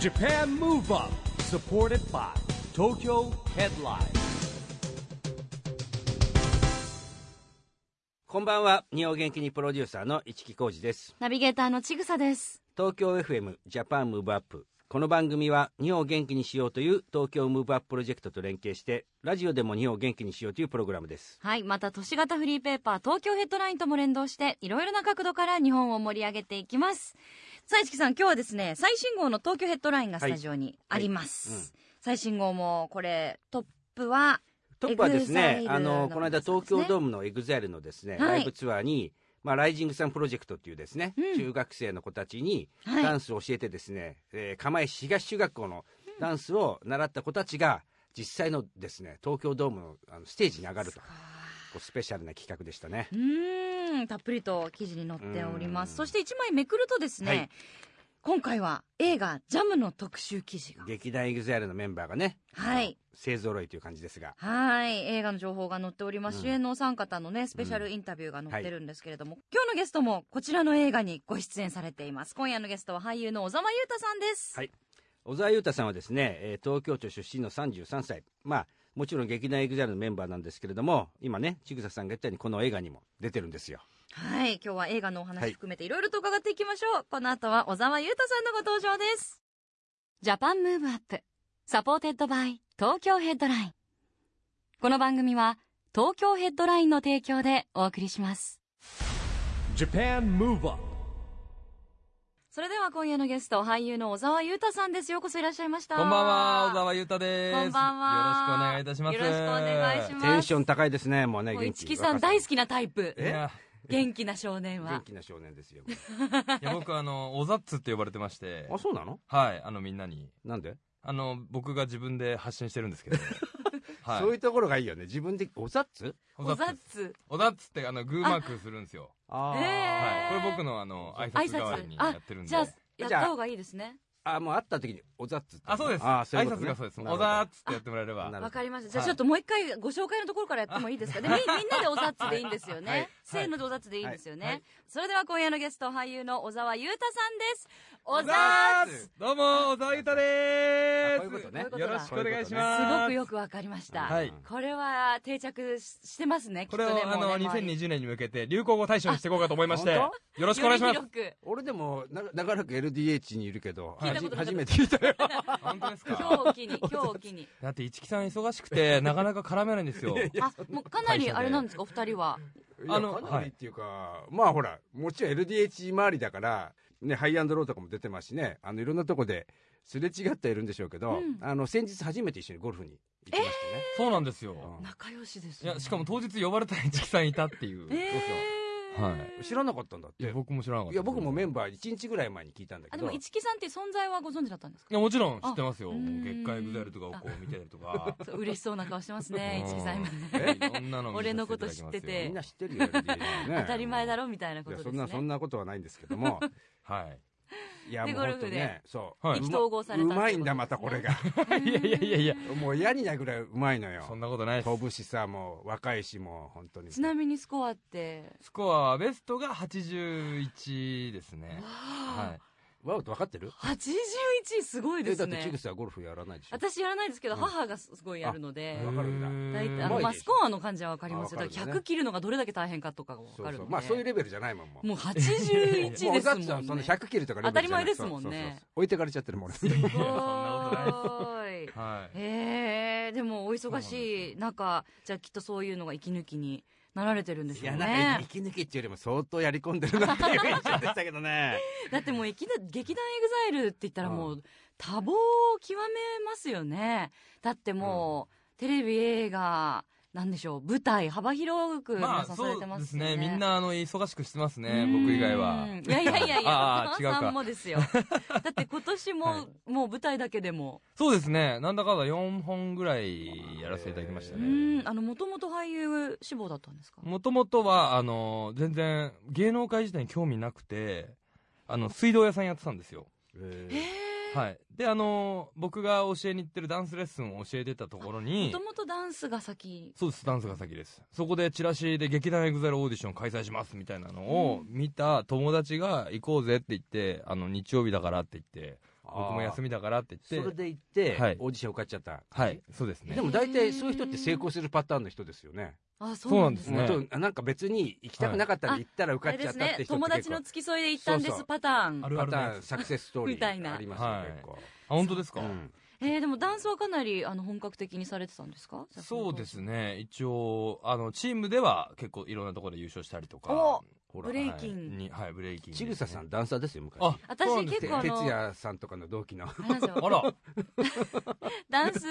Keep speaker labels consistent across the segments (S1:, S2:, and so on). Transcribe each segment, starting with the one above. S1: Japan Move Up supported by Tokyo Headline
S2: こんばんは日本元気にプロデューサーの市木浩司です
S3: ナビゲーターのちぐさです。
S2: 東京 FM ジャパンムーブアップこの番組は日本を元気にしようという東京ムーブアッププロジェクトと連携してラジオでも日本を元気にしようというプログラムです
S3: はい。また、都市型フリーペーパー、東京ヘッドラインとも連動して、いろいろな角度から日本を盛り上げていきます。さあ、市木さん、今日はですね、最新号の東京ヘッドラインがスタジオにあります。
S2: はいうん
S3: 最新号も、これ、トップは、
S2: トップはですね
S3: EXILE
S2: あの
S3: の
S2: この間東京ドームのエグザイルのですね、
S3: はい
S2: ライブツアーにまあ、ライジングさんプロジェクトっていうですね、
S3: うん
S2: 中学生の子たちに
S3: はい
S2: ダンスを教えてですね、えー釜石東中学校のダンスを習った子たちが実際のですね東京ドームのあのステージに上がるとこうスペシャルな企画でしたね
S3: うーん、たっぷりと記事に載っておりま
S2: う
S3: す。
S2: ん
S3: そして一枚めくるとですね、
S2: はい
S3: 今回は映画、ジャムの特集記事が。
S2: 劇団エグザイルのメンバーがね、
S3: はい
S2: あの勢ぞろいという感じですが
S3: はい映画の情報が載っております、
S2: うん
S3: 主演のお三方のねスペシャルインタビューが載ってるんですけれども、今日のゲストもこちらの映画にご出演されています今夜のゲストは俳優の小澤優太さんです、
S2: はい小沢裕太さんはですね、えー東京都出身の33歳まあもちろん劇団エグザイルのメンバーなんですけれども今ね千草さんが言ったようにこの映画にも出てるんですよ
S3: はい、今日は映画のお
S2: は
S3: 話
S2: い
S3: 含めていろいろと伺っていきましょう、この後は小澤優太さんのご登場ですジャパンムーブアップサポーテッドバイ東京ヘッドラインこの番組は東京ヘッドラインの提供でお送りします
S1: Japan Move Up
S3: それでは今夜のゲスト俳優の小澤優太さんですようこそいらっしゃいました
S4: こんばんは、小沢優太です。
S3: こんばんは
S4: よろしくお願いいたします。
S3: よろしくお願いしま
S2: テンション高いですねもうね
S3: もう
S2: 元
S3: 一
S2: 気
S3: 木さん大好きなタイプ
S4: いや、
S3: 元気な少年
S2: 元
S3: は
S2: 気な少年ですよ
S4: いや僕、あの、おざっつって呼ばれてまして
S2: あ、そうなの
S4: はい、あの、みんなに、
S2: なんで、
S4: あの、僕が自分で発信してるんですけど、は
S2: そうい
S4: い。
S2: うところがいいよね自分でおざっつ
S3: おざっ
S4: つ。
S3: つ
S4: おざっつって、あの、グーマークするんですよ。
S2: あー、
S3: えー
S4: はい。これ僕の、あの、挨
S3: 挨
S4: 拶代わり
S3: 拶
S4: にや
S3: あ
S4: ってるんで。
S3: じゃあやった方がいいですね
S2: あもう会った時におざっつって
S4: あそうです。
S2: あそうい
S4: 挨
S2: うこと
S4: 拶
S2: ね
S4: がそうです。
S2: なる
S4: お
S2: ほど
S4: ざっつってやってもらえれば。
S2: なるほど
S3: わかりましたじゃあ
S4: は
S3: ち
S4: い
S3: ょっともう一回ご紹介のところからやってもいいですかでみみんなでおざっつでいいんですよ
S4: はいは
S3: ね
S4: い
S3: せーのでおざっつでいいんですよ
S4: はいは
S3: ね
S4: い
S3: それでは今夜のゲスト俳優の小澤優太さんですおざっつ
S4: どうも、小沢優太で
S2: あこう
S4: ーす。
S2: いうことね
S3: こういう
S4: よ
S3: こと
S4: ろ
S3: だ
S4: しくお願いし
S3: す
S4: ます。
S3: ごくよくわかりました
S4: はい
S3: これは定着ししてますねきっ
S4: こと
S3: ね
S4: れを、あ
S3: も
S4: の、
S3: うね周り
S4: 2020年に向けて流行語大賞にしていこうかと思いまして、
S2: あ
S4: よろしくお願いします
S3: よ。り広く
S2: 俺でもな長らく LDH にいるけど、
S3: 聞いたことなかった
S2: 初めて聞いたよ
S4: 本当です
S3: 今日を機に今日を機に
S4: だって市木さん忙しくてなかなか絡めないんです よ
S3: あもうかなりあれなんですかお二人は
S4: あ
S2: あ
S4: の
S2: のかなりっていうか、まあほらもちろん LDH 周りだから、ね、ハイアンドローとかも出てますしねあのいろんなとこですれ違ってはいるんでしょうけど、
S3: うん
S2: あの先日初めて一緒にゴルフに行きましてね、
S4: そうなんですよ
S2: うん
S3: 仲良しです
S4: い
S3: ね
S4: やしかも当日呼ばれた市木さんいたっていう、
S3: ええ
S4: はい
S2: 知らなかったんだっ
S4: い
S2: て
S4: や僕も知らなかった
S2: いや僕もメン
S4: バ
S2: バー1日ぐらい前に聞いたんだ
S3: あ
S2: け
S3: で
S2: ど
S3: も市木さんっていう存在はご存知だったんですか
S4: ーもちろん知ってますよ
S3: あ
S4: もう
S3: うーん
S4: 月下エグザイルとかをこう見てたりとか
S3: そう嬉しそうな顔してますね
S4: うん
S3: 市木さん今
S4: えいろんなの見させていただきますよ
S3: 俺のこと知ってて
S2: みんな知ってるよ LDH ね
S3: 当たり前だろみたいな
S2: うんい
S3: こ
S2: や
S3: と
S2: そ
S3: で
S2: ん
S3: す
S2: なそん
S3: ね
S2: なことはないんですけど も
S4: はい
S2: いやも
S3: で
S2: う
S3: ゴル
S2: 本
S3: フ
S2: 当
S3: で
S2: ねそう、
S4: はい
S2: い、
S3: 意気投合された
S2: う
S3: っていうことです
S2: まい
S3: ね
S2: んだまたこれが
S4: いやいやいやいや
S2: もう嫌になるぐらいうまいのよ
S4: そんなことないで
S2: 飛
S4: す
S2: ぶしさもう若いしもう本当に
S3: ちなみにスコアって
S4: スコアはベストが81ですねは
S2: わおって分かってる
S3: 81すごい
S2: え
S3: です
S2: だってチ
S3: ね
S2: グスはゴルフやらないでしょ
S3: 私やらないですけど
S2: うん
S3: 母がすごいやるので
S4: い
S2: わかるんだ
S4: へー
S3: 大体
S2: う
S3: あ
S2: ま
S3: の
S2: い
S3: まあ
S2: でし
S3: ス
S2: ょ
S3: コアの感じは分かりますよ
S2: あ
S3: だ
S2: わかるよね
S3: から100切るのがどれだけ大変かとかが分
S2: そう
S3: かる
S2: そ
S3: の
S2: う
S3: で
S2: まあそういうレベルじゃないもんもう
S3: もう81で す
S2: もう
S3: も
S2: 分かっ
S3: ん
S2: て
S3: ね
S2: たのその100切るとかレベルじゃない
S3: 当たり前ですもん
S2: そ
S3: ね
S2: うそうそう置いてかれちゃってるもん俺
S4: いや
S3: す
S4: そんなことないです
S3: ごい
S4: はい
S3: ええでもお忙しい中じゃあきっとそういうのが息抜きになられてるんでしょうね
S2: き抜きっていうよりも相当やり込んでるなっていう印象でしたけど ね
S3: だっても う息抜劇団エグザイルって言ったらもう多忙を極めますよねだってもう、テレビ映画なんでしょう舞台幅広く
S4: ま
S3: 皆
S4: あ
S3: さんさ
S4: そ
S3: れ
S4: う
S3: てま
S4: ですす
S3: よね,、
S4: ねみんなあの忙しくしてますね
S3: うん
S4: 僕以外はい
S3: やいやいやいや
S4: あー
S3: 小沢
S4: 違
S3: さ
S4: うか
S3: んもです よだって今年も、
S4: は
S3: もう舞台だけでも
S4: そうですねなんだかんだ4本ぐらいやらせていただきました
S3: う
S4: ね
S3: んあのもともと俳優志望だったんですか
S4: もともとは、あの、全然、芸能界自体に興味なくて、あの、水道屋さんやってたんですよ。
S3: え
S4: はい。で、あの、僕が教えに行ってるダンスレッスンを教えてたところ
S3: えも
S4: に
S3: と、もとダンスが先
S4: そうです、ダンスが先です。そこでチラシで劇団エグザイルオーディション開催しますみたいなのを見た友達が行こうぜって言って、あの、日曜日だからって言って、僕も休
S2: み
S4: みだからって
S2: そ
S4: 言
S2: れ
S4: って
S2: で行って、
S4: はい
S2: オーディション受かっちゃった
S4: はいそうですね
S2: でも大体そういう人って成功するパターンの人ですよね。
S3: あそ
S4: そうう
S3: な
S4: なんん
S3: で
S4: ですす
S3: ね
S4: ね
S2: あとなんか別に行きたくなかったんで行ったら受
S3: あ
S2: かっち
S3: れで
S2: ゃっ
S3: す
S2: たっ
S3: ね
S2: て人って
S3: 友達
S2: 結構
S3: の付き添いで行ったん
S2: そ
S3: で
S2: うそ
S3: す
S2: う
S3: パターン
S4: ある
S2: パターンサクセスストーリ
S3: みたい
S2: ー
S3: な
S2: ありますよ
S4: はい
S2: 結構。
S4: あ本当ですか
S2: うん
S3: えー、でもダンスはかなりあの本格的にされてたんですか
S4: そうですね一応あのチームでは結構いろんなところで優勝したりとか
S3: お
S2: ほら
S3: ブレイキン、
S4: はいにはいブレイキンです
S2: ち
S4: ね
S2: ぐささんダンサーですよ昔。
S4: あ
S3: 私
S4: そうなんです
S2: て
S3: 結
S4: ね
S3: 構あ
S2: 哲
S3: の
S2: 也さんとかの同期の。
S3: あれなんですよ
S4: あら
S3: ダンス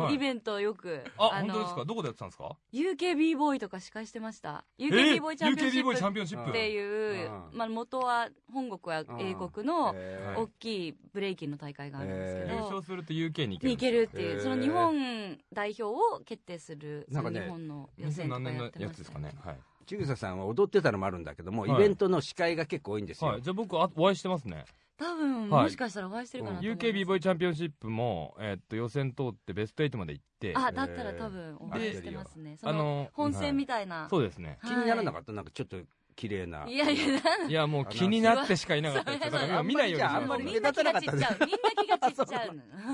S4: はい
S3: イベントをよく、
S4: あ
S3: の
S4: 本当ですかどこでやってたんですか
S3: UKB ボーイとか司会してました
S4: え
S3: UKB ボーイチャンピオンシ
S4: UKB ボーイチャ
S3: ッ
S4: ンピオンシッ
S3: プ
S4: プ
S3: っていう
S2: うん
S3: まあ、元は本国や英国の
S2: えー
S3: 大きいブレイキンの大会があるんですけど、
S2: え
S4: 優勝すると UK に行ける
S3: に行けるっていう、
S2: へー
S3: その日本代表を決定する、
S2: なんかね
S3: その日本の予選と
S4: 2000
S3: か
S4: 何年
S3: や
S4: の
S3: って
S4: や
S3: ま
S4: つ
S3: し
S4: です
S3: た
S4: かねはい
S2: ちぐささんは踊ってたのもあるんだけども、
S4: はい
S2: イベントの司会が結構多いんですよ。
S4: はい、じゃあ僕あお会いしてますね
S3: 多分、
S4: はい
S3: もしかしたらお会いしてるかなと思います
S4: UKB ボーイチャンピオンシップも、えーっと予選通ってベスト8まで行って
S3: あだったら多分お会いしてますねそ
S4: あ
S3: の
S4: の
S3: 本戦み
S4: た
S3: たいな、
S4: そうですね
S2: 気にならなか
S3: っ
S2: ったなんかちょっと綺麗な。
S3: いやいやなん
S4: いやもう気になってしかいなかったです
S3: そ
S4: だ
S3: う
S4: から今見ないようにし
S2: あ
S4: ま
S2: んまり
S4: す
S3: み
S2: 目
S3: んな
S2: 立
S3: 気
S2: たなか
S3: が
S2: っ
S3: ち
S2: た
S3: っち
S2: ね
S3: ゃう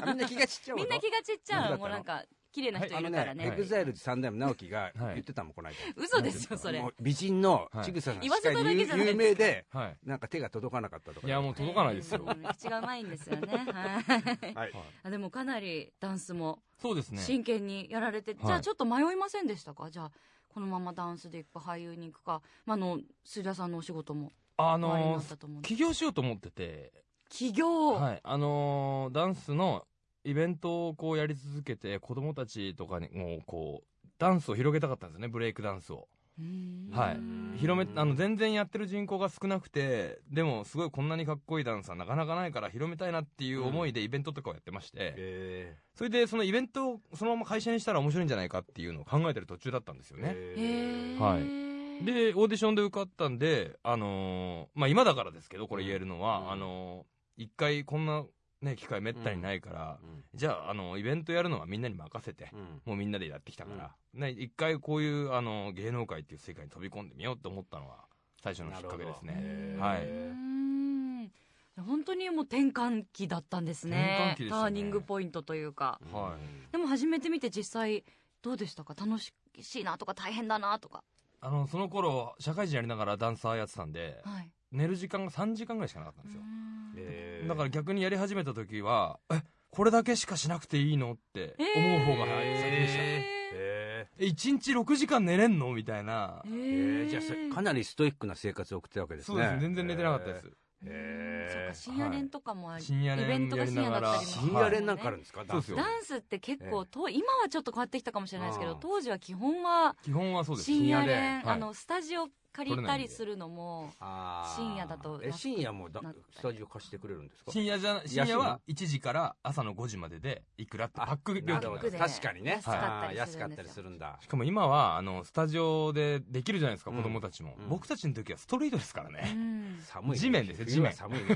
S3: みんな気がちっちゃう
S2: あみんな気がちっちゃうの
S3: みんな気がちっちゃう
S2: そうだったの
S3: もうなんか綺麗な人
S2: あ
S3: い
S2: の
S3: るからね、
S2: ね、エグザイル三代目直樹が
S4: はい
S2: 言ってたもん、この間。
S3: 嘘ですよそれ
S2: もう美人のちぐささん
S3: 言わせただけじゃない
S2: 有名で、
S4: は
S2: なんか手が届かなかったとか。
S4: いいやもう届かないですよ
S3: うん口がうまいんですよねはい
S2: はい。
S3: あでもかなりダンスも
S4: そうですね
S3: 真剣にやられて、
S4: い
S3: じゃあちょっと迷いませんでしたかじゃあこのままダンスで行くか俳優に行くか、まあ、あの水田さんのお仕事も
S4: あ
S3: 終わりにな
S4: の
S3: ったと思うんで
S4: 起業しようと思ってて
S3: 起業、
S4: はいあのーダンスのイベントをこうやり続けて子供たちとかにもうこうダンスを広げたかったんですよねブレイクダンスを
S3: うーん
S4: はい
S2: うん
S4: 広めあの全然やってる人口が少なくてでもすごいこんなにかっこいいダンスはなかなかないから広めたいなっていう思いでイベントとかをやってまして、
S2: え
S4: それでそのイベントをそのまま会社にしたら面白いんじゃないかっていうのを考えてる途中だったんですよ
S2: ー
S4: ね、
S3: へー
S4: はいでオーディションで受かったんであのーまあ今だからですけどこれ言えるのは、
S2: うん
S4: あのー一回こんなね機会めったにないから、
S2: うん
S4: じゃああのイベントやるのはみんなに任せて、
S2: うん
S4: もうみんなでやってきたから、ね、一回こういうあの芸能界っていう世界に飛び込んでみようと思ったのは最初のきっかけです
S2: なる
S4: ね
S2: へ
S3: うーん
S4: はい
S3: 本当にもう転換期だったんですね
S4: 転換期でしたね
S3: ターニングポイントというか
S4: は
S3: でも始めてみて実際どうでしたか楽しいなとか大変だなとか、
S4: あのその頃社会人やりながらダンサーやってたんで
S3: はい、
S4: 寝る時間が3時間ぐらいしかなかったんですよ
S3: うーん
S2: えー
S4: だから逆にやり始めた時はえこれだけしかしなくていいのって思う方が先でしたね、
S3: え
S2: え
S4: え1日6時間寝れんのみたいな
S3: ー
S2: ーえーじゃあ
S3: えー
S2: そかなりストイックな生活を送ってたわけですね。
S4: そうですね全然寝てなかったです、
S2: へー
S3: そうか深夜練とかもあり、
S4: 深夜練
S3: イベントが深夜だったりも
S2: 深夜連なんかあるんですか
S4: そうですよ
S3: ダンスって結構、
S2: え
S3: と今はちょっと変わってきたかもしれないですけ
S2: う
S3: ど
S2: ん
S3: 当時は基本は
S4: 基本はそうです
S3: 深夜
S2: 深夜
S3: 練
S2: 練
S4: はい
S3: あのスタジオ借りたりするのも
S2: あー
S3: 深夜だと
S2: え深夜もだ
S3: なったり
S2: スタジオ貸してくれるんですか
S4: 深夜じゃな深夜は1時から朝の5時まででいくらってパック料
S2: な
S4: 金なん
S2: るほ
S4: で
S2: ど
S4: す
S3: で
S2: 確かにね
S3: 安か
S2: あー安か
S3: ったりするんですよ
S2: ったりするんだ
S4: しかも今はあのスタジオでできるじゃないですか、
S2: うん
S4: 子供たちも、
S2: うん
S4: 僕たちの時はストリートですからね、
S3: うん
S2: 寒いね
S4: 地面ですよ
S2: 冬は
S4: 地
S2: 寒いね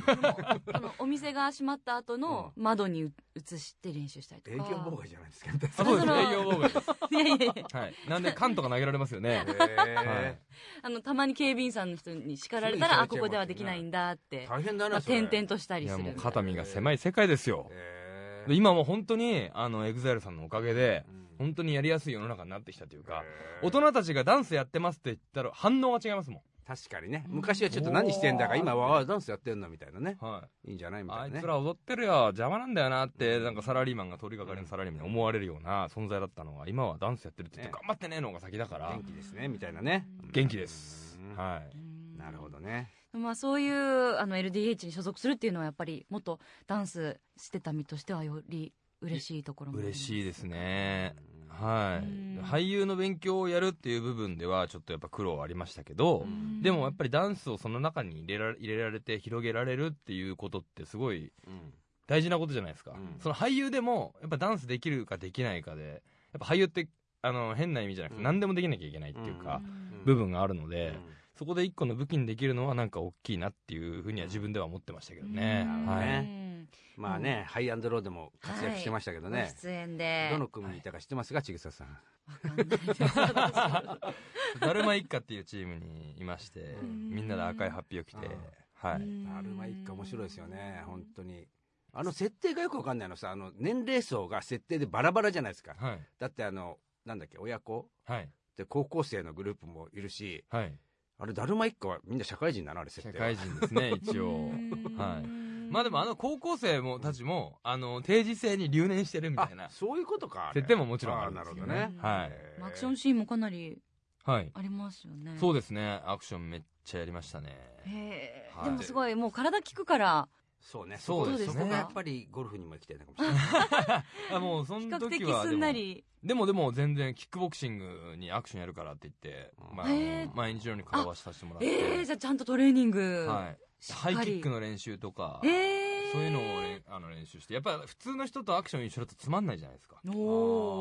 S3: そのお店が閉まった後の窓にう映して練習したりと
S2: 営
S3: か
S2: 業妨害じゃないですか
S4: あそうで
S3: そろそ
S4: す
S3: ろ
S4: 営業妨害です
S3: いやいやいや
S4: はいなんで缶とか投げられます よね
S2: へ
S3: あのたまに警備員さんの人に叱られたら
S2: そう
S3: あここではできないんだっ
S2: ー
S3: て、
S2: 大変だ
S3: ま
S2: な
S3: あ、
S2: それ
S3: 転々とした
S4: い
S3: りす
S4: や
S3: る
S4: もう
S3: みたいな
S4: 肩身が狭い世界ですよ、
S2: へー
S4: で今もう本当にあのエグザイルさんのおかげで
S2: うん
S4: 本当にやりやすい世の中になってきたというか、
S2: へー
S4: 大人たちがダンスやってますって言ったら反応が違いますも
S2: 確かにね昔はちょっと何してんだか今はあーダンスやってんのみたいなね
S4: ん、はい
S2: いいんじゃないみた
S4: あ
S2: い
S4: い
S2: な
S4: つ
S2: ね
S4: ら踊ってるよ邪魔なんだよなってなんかサラリーマンが通りがかりのサラリーマンに思われるような存在だったのが今はダンスやってるって言って
S2: ね
S4: 頑張ってねえの方が先だから
S2: 元気ですねみたいなね
S4: 元気です
S2: うん
S4: は
S3: うん
S2: なるほどね
S3: まあ、そういうあの LDH に所属するっていうのはやっぱりもっとダンスしてた身としてはより嬉しいところ
S4: い
S3: もありま
S4: 嬉しいですね
S2: うん
S4: は
S3: うん
S4: い俳優の勉強をやるっていう部分ではちょっとやっぱ苦労はありましたけど
S2: うん
S4: でもやっぱりダンスをその中に入れられ入れられて広げられるっていうことってすごい
S2: うん
S4: 大事なことじゃないですか、
S2: うん
S4: その俳優でもやっぱダンスできるかできないかでやっぱ俳優ってあの変な意味じゃなく
S2: う
S4: て
S2: ん
S4: 何でもできなきゃいけないっていうか、
S3: うん
S4: 部分があるの
S2: う
S4: で、
S2: ん
S4: そこで一個の武器にできるのはなんか大きいなっていうふうには自分では思ってましたけどね、
S3: うん
S2: なるほど
S4: はい、
S3: うん
S2: まあねハイアンドローでも活躍してましたけど
S3: ご
S2: ね
S3: 出演で
S2: どの組にいたか知ってますかちぐささん
S3: わかんないです
S4: だるま一家っていうチームにいまして
S2: うん
S4: みんなで赤いハッピーを着て
S2: うん
S4: はい
S3: うん
S2: アルマ一家面白いですよね本当にあの設定がよくわかんないのさあの年齢層が設定でバラバラじゃないですか
S4: はい
S2: だってあのなんだっけ親子
S4: はい
S2: で高校生のグループもいるし
S4: はい
S2: あれだるま一家はみんな社会人なのあれ設
S4: 社
S2: 定は
S4: 会人ですね一応はいまあでもあの高校生もたちもあの定時制に留年してるみたい
S2: あ
S4: な
S2: そういうことかあれ
S4: 設定ももちろんあるん
S2: な
S4: で
S2: る
S4: す
S2: ほ
S4: よ
S2: ど
S4: ね
S2: ね
S4: はい
S2: へー
S3: アクションシーンもかなり
S4: はい
S3: ありますよね
S4: そうですねアクションめっちゃやりましたね
S3: へえ
S4: はい
S3: でもすごいもう体効くから
S2: そうねそ
S4: そう
S2: で
S4: うですす
S2: そ
S4: ね
S2: こがやっぱりゴルフにも生きてるのかもしれない
S4: あもうそ
S3: 比
S4: の
S3: 較的
S4: 時は
S3: す
S4: で
S3: んな
S4: も
S3: り
S4: でもでも全然キックボクシングにアクションやるからって言って、まああの
S3: へー
S4: 毎日のように顔はさせてもらって、
S3: ええじゃあちゃんとトレーニング
S4: はい、
S3: しっか
S4: ハ
S3: り
S4: イキックの練習とか、
S3: ええ
S4: そういうのを練あの練習してやっぱ普通の人とアクション一緒だとつまんないじゃないですか
S3: お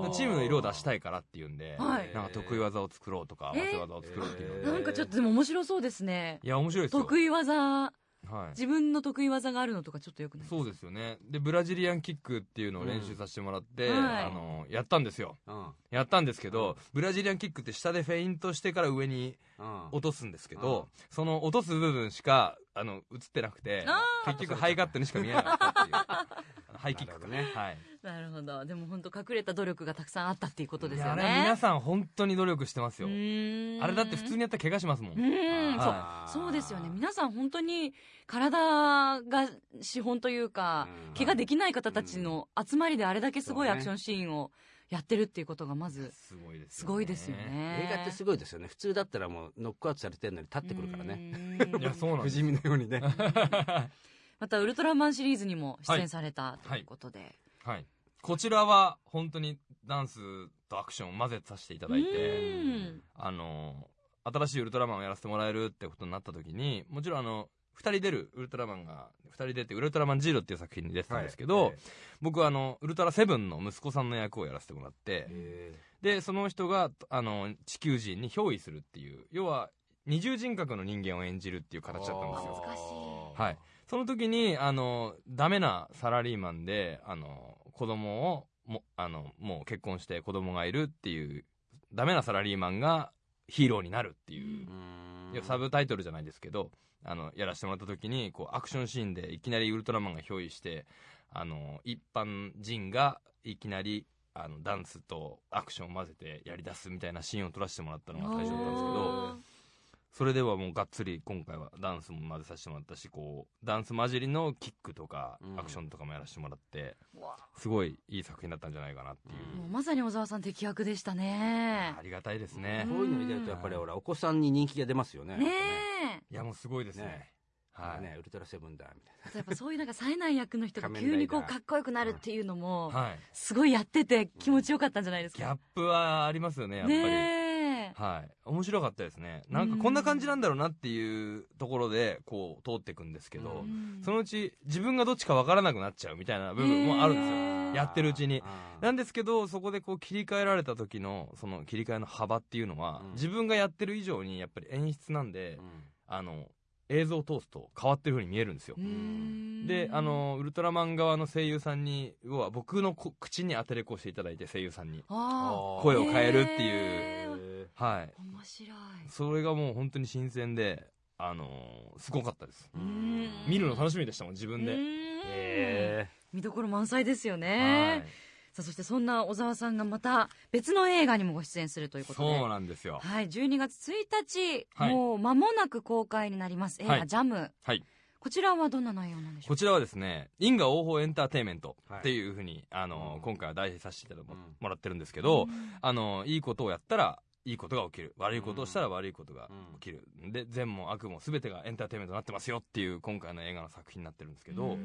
S2: あ
S3: ー
S4: チームの色を出したいからっていうんで、
S3: はい
S4: なんか得意技を作ろうとか合
S3: えー
S4: わせ技を作ろうっていうので、
S3: なんかちょっとでも面白そうですね
S4: いや面白いですよ
S3: 得意技
S4: はい、
S3: 自分の得意技があるのとかちょっとよくない
S4: そうですよねでブラジリアンキックっていうのを練習させてもらって、
S3: うんはい
S4: あのやったんですよ
S2: うん
S4: やったんですけどブラジリアンキックって下でフェイントしてから上に
S2: うん
S4: 落とすんですけ
S2: うん
S4: ど、その落とす部分しかあの映ってなくて
S3: あ
S4: 結局ハイカットにしか見えなかったっていうあ のハイキックか
S2: なるほどね
S4: はい
S3: なるほどでも本当隠れた努力がたくさんあったっていうことですよ
S4: い
S3: ね
S4: やあれ皆さん本当に努力してますよ
S3: あ
S4: あれだって普通にやったら怪我しますもん
S3: うーん、そう。
S2: あー
S3: そうですよね。皆さん本当に体が資本というか、
S2: うん
S3: 怪我できない方たちの集まりであれだけすごい
S2: そうね
S3: アクションシーンをやってるっていうことがまず
S4: すごいです
S3: すごいですよね。
S2: 映画ってすごいですよね普通だったらもうノックアウトされてるのに立ってくるからね
S3: ね
S4: いやそうなん
S2: 不
S4: です
S2: 死身のようにね
S3: またウルトラマンシリーズにも出演されたということで。
S4: はいこちらは本当にダンスとアクションを混ぜさせていただいて
S3: うん
S4: あの新しいウルトラマンをやらせてもらえるってことになった時にもちろんあの2人出るウルトラマンが2人出て「ウルトラマンジーロ」っていう作品に出てたんですけど、
S2: はい
S4: 僕はあのウルトラセブンの息子さんの役をやらせてもらって
S2: え
S4: でその人があの地球人に憑依するっていう要は二重人格の人間を演じるっていう
S2: ー
S4: 形だったんですよ
S3: 懐かしい
S4: はいその時にあのダメなサラリーマンであの子供をもあのもう結婚して子供がいるっていうダメなサラリーマンがヒーローになるっていう
S2: う、ーん
S4: いやサブタイトルじゃないですけどあのやらせてもらった時にこうアクションシーンでいきなりウルトラマンが憑依してあの一般人がいきなりあのダンスとアクションを混ぜてやりだすみたいなシーンを撮らせてもらったのが最初だったんですけど。
S3: あー
S4: それではもうがっつり今回はダンスも混ぜさせてもらったしこうダンス混じりのキックとか
S2: うん
S4: アクションとかもやらせてもらって、
S3: うわ
S4: すごいいい作品だったんじゃないかなっていう、
S2: うん
S3: もうまさに小沢さん敵役でしたね
S4: あ。りがたいですね、
S2: こういうの入れるとやっぱりほらお子さんに人気が出ますよね
S3: ね
S4: いやもうすごいですね
S2: ね
S4: はい、
S2: ねウルトラセブンだみたい
S3: え。やっぱそういうなんか冴えない役の人が
S2: 仮面
S3: 急
S2: ライ
S3: に
S2: ダー
S3: こうかっこよくなるっていうのも、
S4: はい、
S3: すごいやってて気持ちよかったんじゃないです
S4: ギャ
S3: か。
S4: ップはありますよねやっぱり、
S3: ねえ。
S4: はい面白かったですねなんかこんな感じなんだろうなっていうところでこう通っていくんですけ
S3: う
S4: ど、
S3: ん
S4: そのうち自分がどっちかわからなくなっちゃうみたいな部分もあるんですよ、
S3: へー
S4: やってるうちに
S2: あー
S4: なんですけどそこでこう切り替えられた時のその切り替えの幅っていうのは、
S2: うん
S4: 自分がやってる以上にやっぱり演出なんで、
S2: うん
S4: あの映像を通すと変わってる風に見えるんですよ、
S3: うん
S4: であ、のウルトラマン側の声優さんに要は僕のこ口に当てれこしていただいて声優さんに
S3: あ
S2: あー
S4: 声を変えるっていう、
S3: へー
S2: へ
S4: はい
S3: あ、面白い。
S4: それがもう本当に新鮮であのーすごかったです
S2: ー
S3: うん
S4: 見るの楽しみでしたもん自分で、
S3: うん
S2: え
S3: 見どころ満載ですよ
S4: はい
S3: ね。さあそしてそんな小沢さんがまた別の映画にもご出演するということで
S4: そう。なんですよ
S3: はい、12月1日、
S4: はい
S3: もう間もなく公開になります映
S4: は
S3: 画「
S4: い
S3: ジャム、
S4: はい
S3: こちらはどんな内容なんでしょ
S4: こ
S3: う
S4: ちらはですね「因果応報エンターテインメント」っていうふうに、あの
S2: うん
S4: 今回は題してさせていただいて
S2: うん
S4: もらってるんですけ
S3: け
S4: ど、あのいいことをやったらいいことが起きる悪いことをしたら悪いことが
S2: うん
S4: 起きる、で善も悪も全てがエンターテインメントになってますよっていう今回の映画の作品になってるんですけど、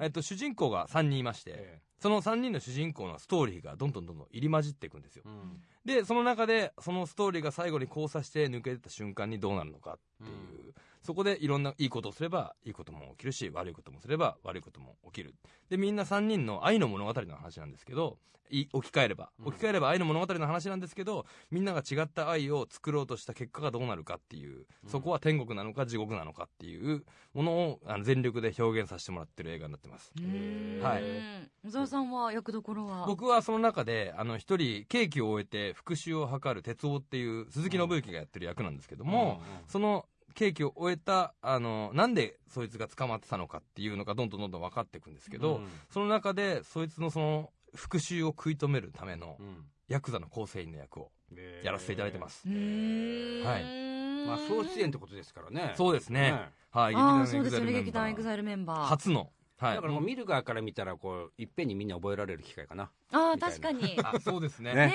S4: えっと、主人公が3人いまして、
S2: え
S4: その3人の主人公のストーリーがどんどんどんどん入り混じっていくんですよ
S2: うん
S4: でその中でそのストーリーが最後に交差して抜けた瞬間にどうなるのかっていう、そこでいろんないいことをすればいいことも起きるし悪いこともすれば悪いことも起きるでみんな3人の愛の物語の話なんですけどい置き換えれば
S2: うん
S4: 置き換えれば愛の物語の話なんですけど、みんなが違った愛を作ろうとした結果がどうなるかっていう
S2: うん
S4: そこは天国なのか地獄なのかっていうものをあの全力で表現させてもらってる映画になってます
S3: うん
S4: はい
S3: 小沢さんは役どころは
S4: 僕はその中であの一人刑期を終えて復讐を図る鉄夫っていう鈴木信之がやってる役なんですけども、
S2: うん
S4: その刑期を終えたあのなんでそいつが捕まってたのかっていうのがどんどんどんどん分かっていくんですけど、
S2: うん
S4: その中でそいつのその復讐を食い止めるための
S2: うん
S4: ヤクザの構成員の役をやらせていただいてま。す
S3: う、ーん
S4: はい
S2: まあ、総出演ってことですからね。
S4: そうですねはい
S3: ああそうですよね劇
S4: 劇団
S3: 団エ
S4: エグ
S3: グ
S4: ザイ
S3: ザ
S4: ル
S3: イルメン
S4: メンバー
S3: バー
S4: 初のはい
S2: だからもう見る側から見たらこういっぺんにみんな覚えられる機会かな、
S3: ああ
S2: みたいな
S3: 確かにね
S4: あそう ですね
S2: ね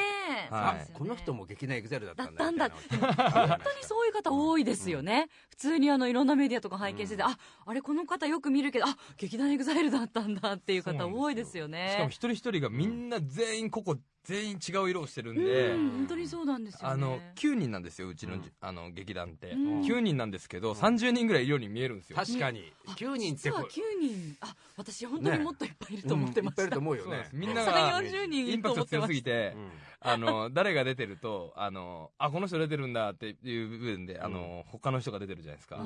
S3: え
S4: は
S3: そうで
S4: い
S3: すよね
S2: この人も劇団エグザイルだったんだ
S3: だったんだ
S2: みたいな
S3: 本当にそういう方多いですよね、普通にあのいろんなメディアとか拝見してて、ああれこの方よく見るけどあ劇団エグザイルだったんだっていう方多いですよ
S4: しかも
S3: ね
S4: 一人一人がみんな全員ここ全員違う色をしてるんで、
S3: うん本当にそうなんですよね
S4: あの9人なんですようちの,、
S2: うん
S4: あの劇団って、
S3: うん
S4: 9人なんですけど、30人ぐらいいるように見えるんですよ
S2: 確かに9人って
S3: 実は
S2: こ
S3: 9人あ私本当に
S2: ね
S3: もっといっぱいいると思ってまし
S2: うんいっぱいいる
S3: た、
S2: と思う
S4: そ
S2: よ
S4: うなん
S2: ね
S4: ですみんな
S3: そ
S4: が
S3: れ40人
S4: インパクト強すぎて
S2: う、ん
S4: あの誰が出てるとあのあこの人出てるんだっていう部分であの、他の人が出てるじゃないですか、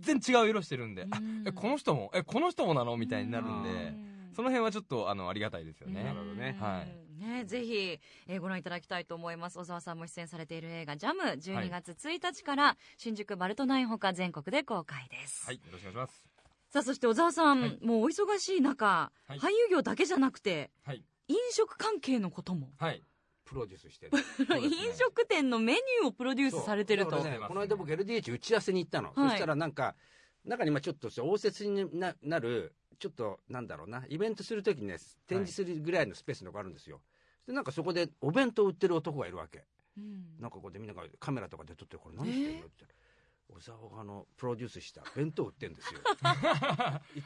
S4: 全然違う色してるんで、あ
S3: うん
S4: えこの人もえこの人もなのみたいになるんで、
S3: うん
S4: その辺はちょっとあのありがたいですよね、
S2: なるほどね
S4: は
S3: い
S4: い
S3: ね、ぜひ、えーご覧いただきたいと思います小沢さんも出演されている映画「ジャム12月1日から、新宿バルトナインほか全国で公開です、
S4: はいよろしくお願いします
S3: さあそして小沢さん、
S4: はい
S3: もうお忙しい中、
S4: はい
S3: 俳優業だけじゃなくて
S4: はい
S3: 飲食関係のことも、
S4: はい
S2: プロデュースしてる
S4: そうですね
S3: 飲食店のメニューをプロデュースされてる
S2: そう
S3: と、
S2: だからねこの間僕 LDH 打ち合わせに行ったの、
S3: はい
S2: そしたらなんか中にまあちょっとした応接にななるちょっとなんだろうなイベントするときにね展示するぐらいのスペースのがあるんですよ、でなんかそこでお弁当売ってる男がいるわけ
S3: うん
S2: なんかこうでみんながカメラとかで撮ってこれ何してるのって言ったら小沢があのプロデュースした弁当売ってんですよ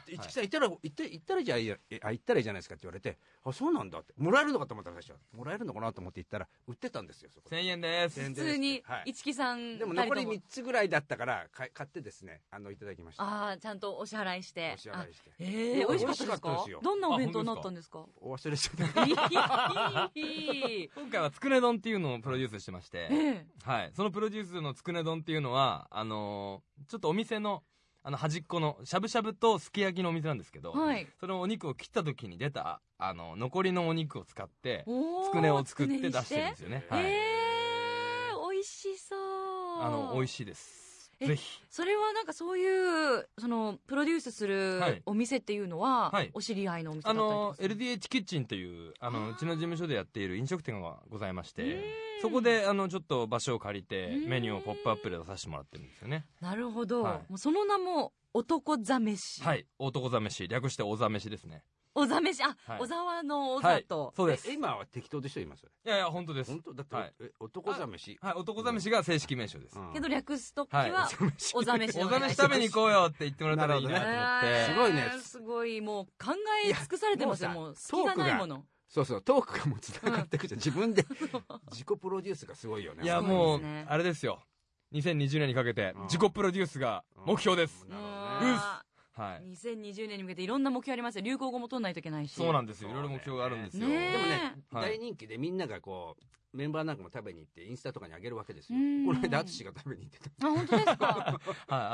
S2: い「一木さん行ったら行って行ったらじゃあいいやえあ行ったらいいじゃないですか」って言われて「あそうなんだ」ってもらえるのかと思ったら最初もらえるのかなと思って行ったら売ってたんですよそこで
S4: 1000円です
S2: 1000
S3: 普通に
S2: はい
S3: 一木さん
S2: でも
S3: 二人
S2: 残
S3: と
S2: り3つぐらいだったからか買ってですねあのいただきました
S3: ああちゃんとお支払いして
S2: お支払いして
S3: あえー、美味しかったです
S2: 美味しかったで
S3: か
S2: すよ
S3: どんなお弁当になったんですか
S2: お忘れしちゃった
S3: いいい い
S4: 今回はつくね丼っていうのをプロデュースしてまして、
S3: ええ
S4: はい、そのプロデュースのつくね丼っていうのはあのーちょっとお店のあの端っこのしゃぶしゃぶとすき焼きのお店なんですけど、
S3: はい
S4: そのお肉を切った時に出たあの残りのお肉を使って
S3: おー
S4: つくねを作って出してるんですよね、
S2: つく
S4: は
S2: ね
S4: い
S2: に
S3: えー、美味しそう
S4: あの美味しいです
S3: え
S4: ぜひ
S3: それはなんかそういうそのプロデュースする
S4: はい
S3: お店っていうのは、
S4: はい
S3: お知り合いのお店だ
S4: あ
S3: ったりと
S4: の
S3: かする
S4: LDH キッチンというあのうちの事務所でやっている飲食店がございまして
S3: ん
S4: そこであのちょっと場所を借りて
S3: うん
S4: メニューをポップアップで出させてもらってるんですよね
S3: なるほど、
S4: はい
S3: もうその名も男ざめし、
S4: はい男ざめし略しておざめしですね
S3: おざめしあ、
S4: はい
S3: 小沢の小
S4: は
S3: 沢
S4: い
S3: と、
S4: そうです
S2: え今は適当でしょ今それ
S4: いやいや本当です
S2: 本当だって、
S4: はい
S2: え男ざめし、
S4: はい、男ざめしが正式名称です。
S2: うん
S3: けど略す時
S4: はい
S3: はおざめしで
S4: お
S3: 願
S4: ざ
S3: い
S4: めし
S3: ま
S4: 食べに行こうよって言ってもらったらいいなと思
S3: え
S4: っ
S2: す
S4: て。
S2: ごいね
S3: ーすごいもう考え尽くされてますよ
S2: いや
S3: も
S2: も
S3: う
S2: うさ
S3: 隙がないもの
S2: そうそうトークがもうつながってくじゃん、自分で自己プロデュースがすごいよね
S4: いや、
S2: 本当に
S4: も
S3: そ
S4: う
S3: うですね、
S4: あれですよ。2020年にかけて
S2: うん、
S4: 自己プロデュースが目標です。
S2: なるほどね
S3: あ
S4: はい
S3: ー。2020年に向けていろんな目標ありますよ流行語も取らないといけないし
S4: そうなんですよ。い
S2: そう
S4: ろ
S2: ね
S4: いろ目標があるんですよ。
S3: ね
S2: でもね、
S4: はい
S2: 大人気でみんながこうメンバーなんかも食べに行ってインスタとかにあげるわけですよ
S3: うん
S2: この間淳が食べに行ってた
S3: あ本当です か
S4: はい。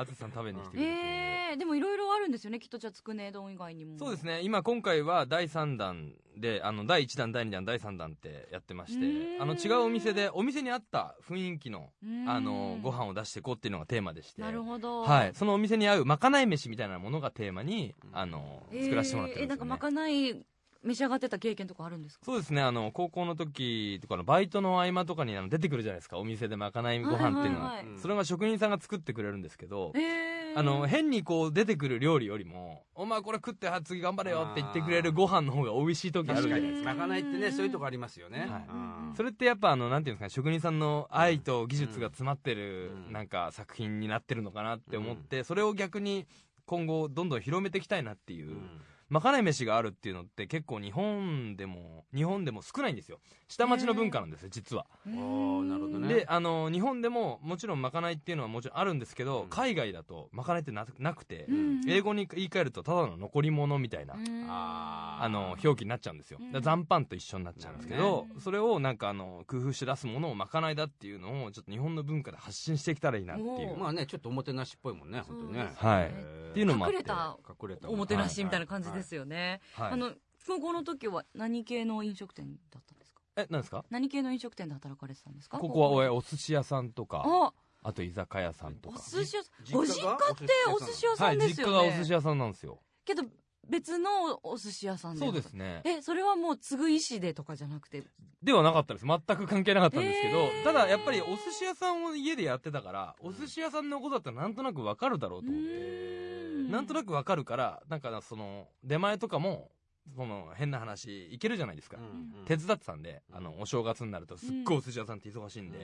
S4: あつさん食べに来てくれてるんで。
S3: えー、でもいろいろあるんですよねきっとじゃあつくね丼以外にも
S4: そうです
S3: ね
S4: ね。今、今回は第3弾で、あの、第1弾、第2弾、第3弾ってやってまして
S3: う、ん
S4: あの、違うお店で、お店に合った雰囲気の、あの、ご飯を出していこうっていうのがテーマでして。
S3: なるほど
S4: はい、そのお店に合うまかない飯みたいなものがテーマに、
S2: うん
S4: あの
S3: えー
S4: 作らせてもらってる
S3: え
S4: ん
S3: なん
S4: です
S3: か
S4: よ、
S3: ま
S4: ね
S3: かない召し上がってた経験とかあるんですか
S4: そうですねあの高校の時とかのバイトの合間とかにあの出てくるじゃないですかお店でまかないご飯っていうのは,、
S3: はいはい
S2: はい
S4: それが職人さんが作ってくれるんですけど、
S3: えー、
S4: あの変にこう出てくる料理よりも「お前これ食っては次頑張れよ」って言ってくれるご飯の方が美味しい時あるじ
S2: 確
S4: ゃな
S2: か
S4: いです
S2: に
S3: うん
S2: まかないってねそういうとこありますよね、
S4: はい
S2: うん
S4: かそれってやっぱあのなんていうんですかね職人さんの愛と技術が詰まってる
S2: うん
S4: なんか作品になってるのかなって思ってそれを逆に今後どんどん広めていきたいなっていううんまかない飯があるっていうのって結構日本でも日本でも少ないんですよ下町の文化なんですよ実は、
S3: うー
S2: おー
S3: ん
S2: なるほどね
S4: であの日本でももちろんまかないっていうのはもちろんあるんですけど、
S2: うん
S4: 海外だとまかないってななくて、
S3: うん
S4: 英語に言い換えるとただの残り物みたいな、
S3: うん
S2: あー
S4: あの表記になっちゃうんですよ、
S3: うん
S4: だから残飯と一緒になっちゃうんですけ
S2: なる
S4: ど
S3: ほどね
S4: それをなんかあの工夫して出すものをまかないだっていうのをちょっと日本の文化で発信してきたらいいなってい
S3: お
S4: う
S3: ー
S2: まあねちょっとおもてなしっぽいもんね本当にね
S3: そうです
S4: ねはい
S2: えー
S4: っていうのもあって
S3: 隠れた
S2: 隠れた
S3: おもてなしみたいな感じで
S2: よ、
S3: すよね、
S4: はい
S3: あの高校の時は何系の飲食店だったんですか
S4: えなんですか
S3: 何系の飲食店で働かれてたんですか
S4: ここはおお寿司屋さんとか
S3: あ
S4: あと居酒屋さんと
S3: お
S4: か
S3: 寿司屋さん
S5: 実
S3: ご
S5: 家が
S3: 実家ってお寿司屋さ
S4: は
S3: ん
S4: い
S3: です
S4: 実家
S3: よ
S4: が
S3: ね、
S4: お寿司屋さんなんですよ
S3: けど別のお寿司屋さん
S4: そうですね
S3: えそれはもう継ぐ意思でとかじゃなくて
S4: ではなかったです全く関係なかったんですけど、
S3: へー
S4: ただやっぱりお寿司屋さんを家でやってたからお寿司屋さんのことだったらなんとなくわかるだろうと思って、なんとな
S3: く
S4: くわかるからなんかその出前とかもその変な話いけるじゃないですか、手伝ってたんであのお正月になるとすっごいお寿司屋さんって忙しいんで、
S5: うん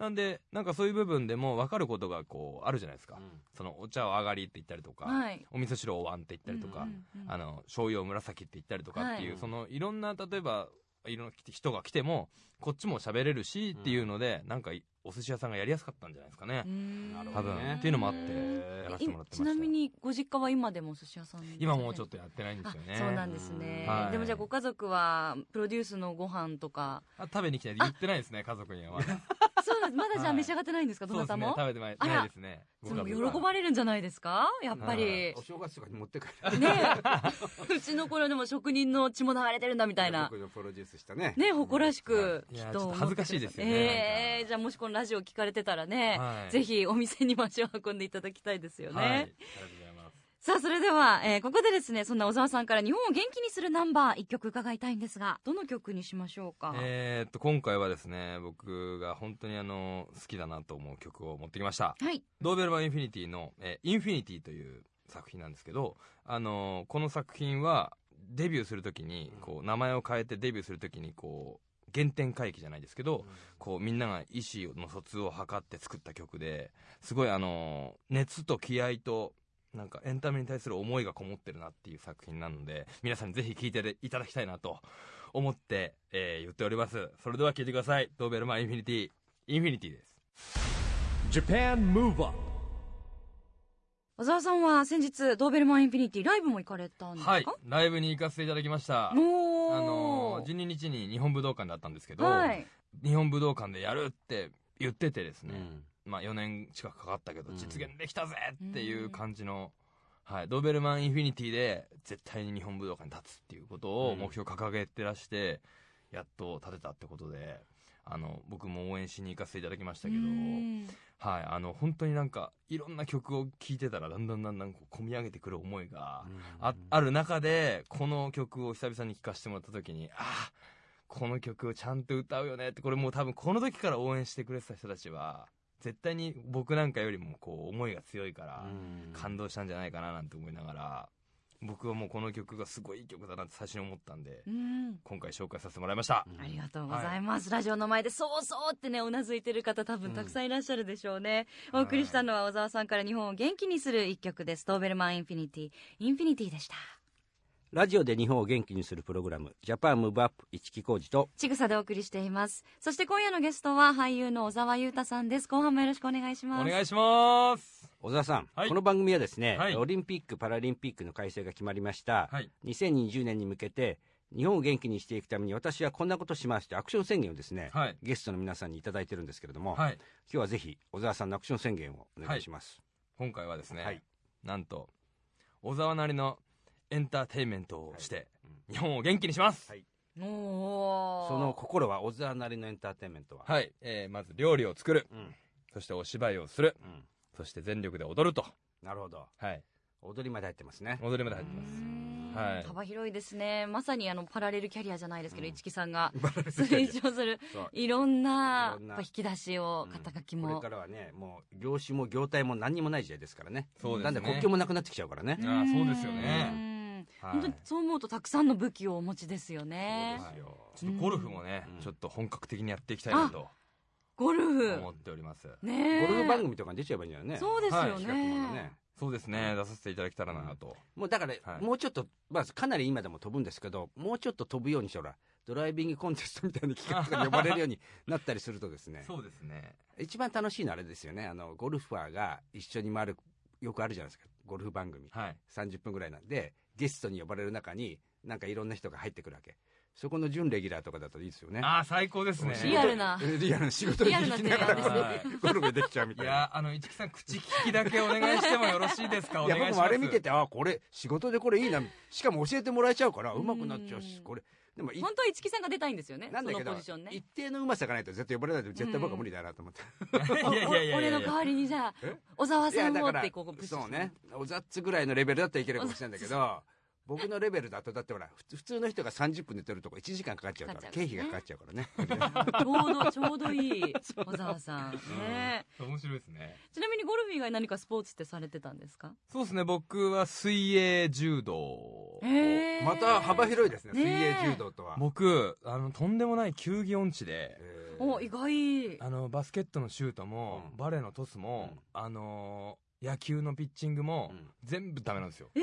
S4: なんでなんかそういう部分でも分かることがこうあるじゃないですか、そのお茶を上がりって言ったりとか、
S3: はい
S4: お味噌汁をお椀って言ったりとか、
S3: うんうんうん
S4: あの醤油を紫って言ったりとかっていう、
S5: はい
S4: そのいろんな例えばいろんな人が来てもこっちも喋れるしっていうので、なんかお寿司屋さんがやりやすかったんじゃないですかね、
S5: なる
S4: 多
S5: ほど
S4: 分、
S5: ね
S4: っていうのもあって
S5: へー
S4: やらせてもらってました
S3: ちなみにご実家は今でもお寿司屋さん
S4: 今もうちょっ
S3: と
S4: とやってないんですよね
S3: そうなんですね、
S4: はい
S3: でもじゃあご家族はプロデュースのご飯と か
S4: あ食べに来たいって言ってないですね家族にはまだ
S3: そうなんですまだじゃあ
S4: はい
S3: 召し上がってないんですか、ど
S4: そ
S3: な
S4: うです
S3: た
S4: ね
S3: も
S4: 食べてない
S3: あら
S4: ないですね
S3: でも
S4: ご家族は
S3: 喜ばれるんじゃないですかやっぱり、
S4: はい
S5: お正月とかに持って帰る
S3: ねえうちの頃でも職人の血も流れてるんだみたいな
S5: 僕のプロデュースしたね
S3: ね誇らしく
S4: い
S3: き
S4: や
S3: っ
S4: ちょ
S3: と思っ
S4: っと
S3: て
S4: 恥ずかしいですよね
S3: くださ
S4: なんか
S3: ええじゃあもしこのラジオ聞かれてたらね、
S4: はい
S3: ぜひお店にも足を運んでいただきたいですよね、
S4: はい、ありがとうございます
S3: さあそれでは、えーここでですねそんな小沢さんから日本を元気にするナンバー一曲伺いたいんですがどの曲にしましょうか、
S4: えーっと今回はですね僕が本当にあの好きだなと思う曲を持ってきました
S3: はい
S4: ドーベルマン・インフィニティの「えーインフィニティ」という作品なんですけど、あのーこの作品はデビューするときにこう名前を変えてデビューするときにこう原点回帰じゃないですけどこうみんなが意思の疎通を図って作った曲ですごいあのー熱と気合となんかエンタメに対する思いがこもってるなっていう作品なので皆さんにぜひ聴いていただきたいなと思って、えー言っておりますそれでは聴いてくださいドーベルマン・インフィニティインフィニティです
S1: Japan Move Up
S3: 小沢さんは先日ドーベルマンインフィニティライブも行かれたんですか、
S4: はい、ライブに行かせていただきました。
S3: おー
S4: あの12日に日本武道館だったんですけど、
S3: はい
S4: 日本武道館でやるって言っててです
S5: う
S4: ね、
S5: ん
S4: まあ4年近くかかったけど
S5: うん
S4: 実現できたぜっていう感じの、はい、ドーベルマンインフィニティで絶対に日本武道館に立つっていうことを目標掲げてらして、やっと立てたってことで。あの僕も応援しに行かせていただきましたけど、
S3: うん
S4: はい、あの本当になんかいろんな曲を聴いてたらだんだんだんだんこう込み上げてくる思いがあある中でこの曲を久々に聴かせてもらった時にああこの曲をちゃんと歌うよねってこれもう多分この時から応援してくれてた人たちは絶対に僕なんかよりもこう思いが強いから
S5: うん
S4: 感動したんじゃないかななんて思いながら僕はもうこの曲がすごいいい曲だなって最初に思ったんで
S3: うん
S4: 今回紹介させてもらいまし
S3: あ
S4: た。
S3: りがとうございます、ラジオの前でそうそうってねうなずいてる方多分たくさんいらっしゃるでしょうね、
S4: はい
S3: お送りしたのは小沢さんから日本を元気にする一曲ですドーベルマンインフィニティインフィニティでした
S2: ラジオで日本を元気にするプログラム、ジャパンムーブアップ、一木工事と、
S3: ちぐさでお送りしていますそして今夜のゲストは俳優の小沢優太さんです後半もよろしくお願いします
S4: お願いします
S2: 小沢さん、
S4: はい
S2: この番組はですね、
S4: はい
S2: オリンピック・パラリンピックの改正が決まりました、
S4: はい
S2: 2020年に向けて、日本を元気にしていくために私はこんなことしますというアクション宣言をですね、
S4: はい
S2: ゲストの皆さんにいただいてるんですけれども、
S4: はい
S2: 今日はぜひ小沢さんのアクション宣言をお願いします。
S4: 今回はですね、
S2: はい
S4: なんと小沢なりのエンターテインメントをして、
S2: う
S4: 日本を元気にします
S2: はい
S3: おー
S2: その心は小沢なりのエンターテインメントは、
S4: はい、えーまず料理を作る
S2: うん
S4: そしてお芝居をする
S2: うん、
S4: そして全力で踊ると
S2: なるほど
S4: はい
S2: 踊りまで入ってますね。
S4: 踊りまで入って
S3: う
S4: ます
S3: ん
S4: はい
S3: 幅広いですねまさにあのパラレルキャリアじゃないですけど、
S2: うん
S3: 一木さんが
S2: キャリア
S3: それ以上する
S2: そう
S3: いろんない
S2: ろんな
S3: やっぱ引き出しを肩書き
S2: これ
S3: も、
S2: からはねもう業種も業態も何にもない時代ですからね
S4: そうで
S2: な
S4: すね
S2: んで国境もなくなってきちゃうからね、
S4: あーそうですよね
S3: ね
S4: はい
S3: 本当にそう思うとたくさんの武器をお持ちですよね
S2: そうですよ
S4: ちょっとゴルフもね、
S2: うん
S4: ちょっと本格的にやっていきたいなと
S3: ゴルフ
S4: 思っております、
S3: ねえ
S2: ゴルフ番組とかに出ちゃえばいいんじゃないね
S3: そうですよ
S2: 企
S3: ね,、
S2: 画ものね
S4: そうですね出させていただけたらなと、
S2: もうだから、
S4: はい
S2: もうちょっと、まあ、かなり今でも飛ぶんですけどもうちょっと飛ぶようにしてほらドライビングコンテストみたいな企画とかに呼ばれるようになったりするとですね
S4: そうですね
S2: 一番楽しいのはあれですよねあのゴルファーが一緒に回るよくあるじゃないですかゴルフ番組
S4: はい
S2: 30分ぐらいなんでゲストに呼ばれる中になんかいろんな人が入ってくるわけそこの準レギュラーとかだといいですよね
S4: ああ最高ですね
S2: 仕事
S3: リアルな
S2: えリアルな仕事に
S3: リアルな
S2: 行きなが
S4: 提案
S2: ら
S4: ですね
S2: ゴルフできちゃうみた
S4: い
S2: いな
S4: やあの市木さん口利きだけお願いしてもよろしいです かお
S2: いや
S4: 願いしま
S2: 僕
S4: す
S2: もあれ見ててあこれ仕事でこれいいなしかも教えてもらえちゃうから
S3: うん
S2: うまくなっちゃうしこれでもい
S3: 本当は市木さんが出たいんですよね
S2: なんだけ
S3: その
S2: ど
S3: ポジションね
S2: 一定のうまさがないと絶対呼ばれないと絶対僕は無理だなと思って、
S4: いやいやいやいや
S3: お俺の代わりにじゃあ
S2: え
S3: 小沢
S2: い
S3: さ
S2: や
S3: ん
S2: だ
S3: を
S2: か
S3: っ
S2: ら
S3: てここプッシュ
S2: そうねおざっつぐらいのレベルだったらいけるかもしれないんだけど僕のレベルだとだってほらふつ普通の人が30分寝てるとこ1時間かかっちゃうから
S3: かかっちゃ
S2: 経
S3: う
S2: 費がかかっちゃうからね
S3: ちょうどちょうどいい小沢さんね
S4: 面白いですね
S3: ちなみにゴルフ以外何かスポーツってされてたんですか
S4: そうですね僕は水泳柔道
S3: へー
S2: また幅広いですね
S3: ねえ
S2: 水泳柔道とは、
S4: 僕あのとんでもない球技音痴で
S2: えー
S3: お意外
S4: あのバスケットのシュートも、
S2: うん
S4: バレーのトスも、
S2: うん
S4: あのー野球のピッチングも、
S2: うん
S4: 全部ダメなんですよ、
S3: えー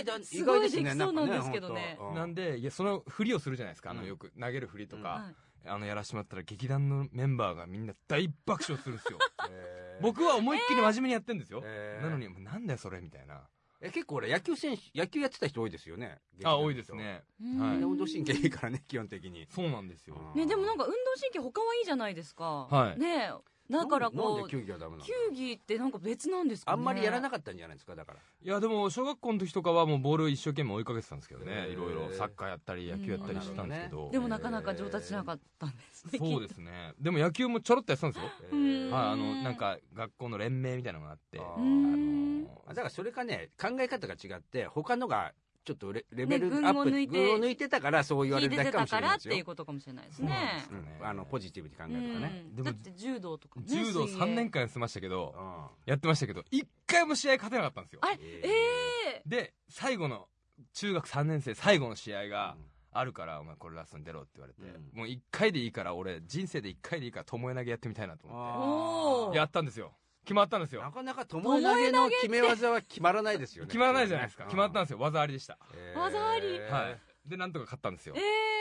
S2: 意外だ
S3: すごい
S2: 意外ですね
S3: できそうなんですけど
S2: なん
S3: ね
S2: かねうん
S4: なんでいやその振りをするじゃないですかあの、
S2: うん
S4: よく投げる振りとか、
S3: はい
S4: あのやらしてもらったら劇団のメンバーがみんな大爆笑する んですよ
S2: えー
S4: 僕は思いっきり真面目にやってるんですよ、
S2: えー
S4: なのにもうなんだよそれみたいな
S2: え結構俺野球選手野球やってた人多いですよね
S4: あ多いですねはい
S2: みんな
S3: うん
S2: 運動神経いいからね基本的に
S4: そうなんですよ
S2: うん
S3: ねでもなんか運動神経他はいいじゃないですか
S4: はい
S3: ねえだから
S2: なんなん
S3: こ
S2: で
S3: う
S2: 球技はダメなの
S3: 球技ってなんか別なんですか
S2: あ
S3: ね
S2: んまりやらな
S3: か
S2: かったんじゃないですかだから
S4: いやでも小学校の時とかはもうボールを一生懸命追いかけてたんですけどね、
S2: えー
S4: いろいろサッカーやったり野球やったりしてたんですけど、
S3: でもなかなか上達しなかったんですね
S4: そうですねでも野球もちょろっとやってたんですよ
S2: え
S3: う
S2: ー
S3: ん
S4: はい、あのなんか学校の連盟みたいなのがあって
S2: あ
S4: あ
S2: ー
S3: うん
S4: の
S2: だからそれかね考え方が違って他のがちょっとレレベルア
S3: ね群
S2: ッ
S3: を
S2: プ、
S3: 抜いて
S2: 群を抜いてたからそう言われ
S3: 聞い
S2: る
S3: て
S2: だけ
S3: て
S2: かも
S3: た
S2: しれな
S3: か
S2: い
S3: ら
S2: で
S3: っ
S2: す
S3: て
S2: よ
S3: いうことかもしれないです
S4: そうなんで
S3: ね
S4: す
S2: う
S4: よ
S2: んあのポジティブに考えるとかね、
S3: うん
S4: でも
S3: だって柔道とかもね
S4: 柔道
S3: 水泳
S4: 3年間やってましたけど
S2: うん
S4: やってましたけど一回も試合勝てなかったんですよ
S3: あれ
S2: え
S3: え
S2: ー
S3: え
S4: で最後の中学3年生最後の試合があるから、お前これラストに出ろって言われて、
S2: うん
S4: もう1回でいいから俺人生で1回でいいから巴投げやってみたいなと思っ
S2: あー
S4: てやったんですよ決まったんですよ
S2: なかなか巴投げの決め技は決まらないですよね
S4: 決まらないじゃないですか、決まったん
S2: ん
S4: ですよ技ありでした、
S3: 技あり
S4: はいでなんとか勝ったんですよ、
S3: ええ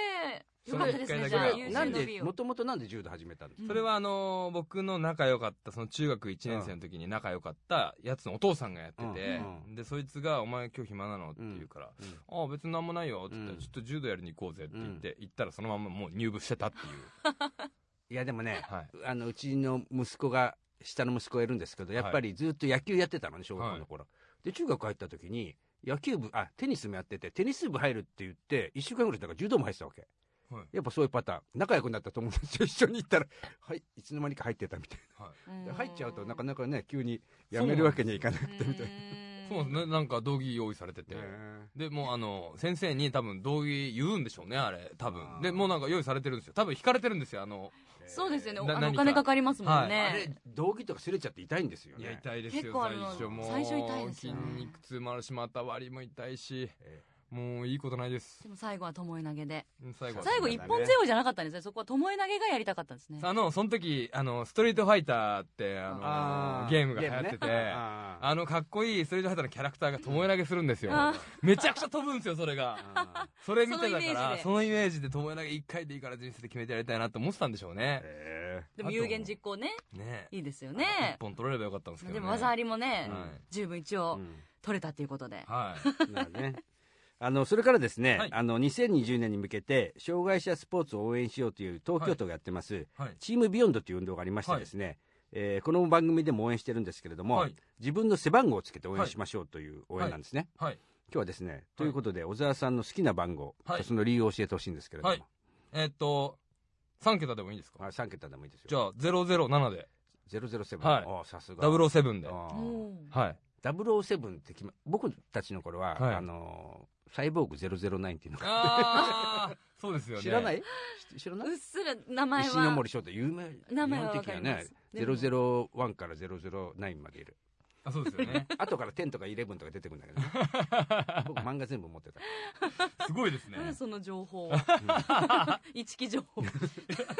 S4: そ
S3: よ
S4: の
S3: かったですね
S4: 一回だけ
S3: じゃあ
S4: は
S3: 優
S2: な
S3: 秀
S2: ん
S3: の
S2: で
S3: 美
S2: も
S3: を
S2: ともとなんで柔道始めたんですか
S4: それはあのー僕の仲良かったその中学1年生の時に仲良かったやつのお父さんがやってて、
S2: う
S4: でそいつが「お前今日暇なの?」って言うから
S2: うん
S4: 「ああ別になんもないよ」って言った
S2: う
S4: ら、
S2: ん
S4: ちょっと柔道やりに行こうぜ」って言って、行ったらそのままもう入部してたっていう、
S2: いやでもね
S4: はい、
S2: あのうちの息子が下の息子がいるんですけどやっぱりずっと野球やってたのね小学校の頃、で中学入った時に野球部あテニスもやっててテニス部入るって言って1週間ぐらいだから柔道も入ってたわけ、
S4: はい
S2: やっぱそういうパターン仲良くなった友達と一緒に行ったら はいいつの間にか入ってたみたいな入っちゃうとなかなかね急にやめるわけにはいかなくてみたいな
S3: な
S4: そうなんですねなんか道着用意されてて、
S2: ね
S4: でもうあの先生に多分道着言うんでしょうねあれ多
S2: あー
S4: 分でもうなんか用意されてるんですよ多分引かれてるんですよあの
S3: そうですよねお
S4: な
S3: あのお
S4: 何か
S3: 金かかりますもん
S2: あれ
S3: ね
S2: 道着とかすれちゃって痛いんですよ
S4: い
S2: ね
S4: や痛いですよ
S3: 結構あ
S4: 最
S3: の
S4: 初もう
S3: 最初痛いですよね
S4: 筋肉痛もあるしまた割りも痛いし
S2: え
S4: もういいことないです
S3: でも最後は巴投げで
S4: うん最後は
S3: 最後
S2: そう
S3: 一
S2: だね
S3: 本背負いじゃなかったんですねそこは巴投げがやりたかったんですね
S4: あの、その時、あの、ストリートファイターって、あの
S2: あ
S4: ゲームが流行って
S2: ゲ
S4: て、
S2: ームね
S4: あ
S2: あー
S4: の、かっこいいストリートファイターのキャラクターが巴投げするんですよ。
S3: あ
S4: めちゃくちゃ飛ぶんですよ、それが。
S2: あー
S4: それ見てた
S3: そのイメ
S4: か
S3: ージ
S4: ら、
S3: で
S4: そのイメージで巴投げ一回でいいから人生で決めてやりたいなと思ってたんでしょ うね。
S2: え
S3: でも有言実行ね
S4: ね
S3: いいですよ
S4: 一
S3: ね
S4: 本取れればよかったんですけど、ね。
S3: でも技あ
S4: り。
S3: りもね
S4: はい
S3: 十分一
S2: ー
S3: 応
S2: うん
S3: 取れたということで
S4: はい。
S2: まあね。あのそれからですね、
S4: はい
S2: あの2020年に向けて障害者スポーツを応援しようという東京都がやってます、
S4: はい。
S2: チームビヨンドという運動がありましてですね、えーこの番組でも応援してるんですけれども、
S4: はい。
S2: 自分の背番号をつけて応援しましょうという応援なんですね、
S4: はい。
S2: 今日はですね、ということで小沢さんの好きな番号、
S4: はい
S2: その理由を教えてほしいんですけれども、
S4: はいえーっと、3桁でもいいですか
S2: あ3桁でもいいです
S4: じ
S2: よ
S4: ゃあ、007で、
S2: 007、
S4: はい
S2: おーさすが
S4: 007で。は
S2: あー
S3: おー
S4: い。
S2: 007って決ま僕たちの頃は、
S4: はい
S2: あのーサイボーグ009っていうのが
S4: あー、 そうですよね。
S2: 知らないし知らないう
S3: っすら名前
S2: 石ノ
S3: は
S2: 森翔太有名
S3: 名前は
S2: 日本
S3: わか
S2: 的
S3: り
S2: に
S3: ま
S2: ね
S3: す
S2: 001から009まで いる
S4: あ、そうですよね。
S2: 後から10とか11とか出てくるんだけど、 ね、僕漫画全部持ってた
S4: すごいですね。
S3: なんでその情報を一期情報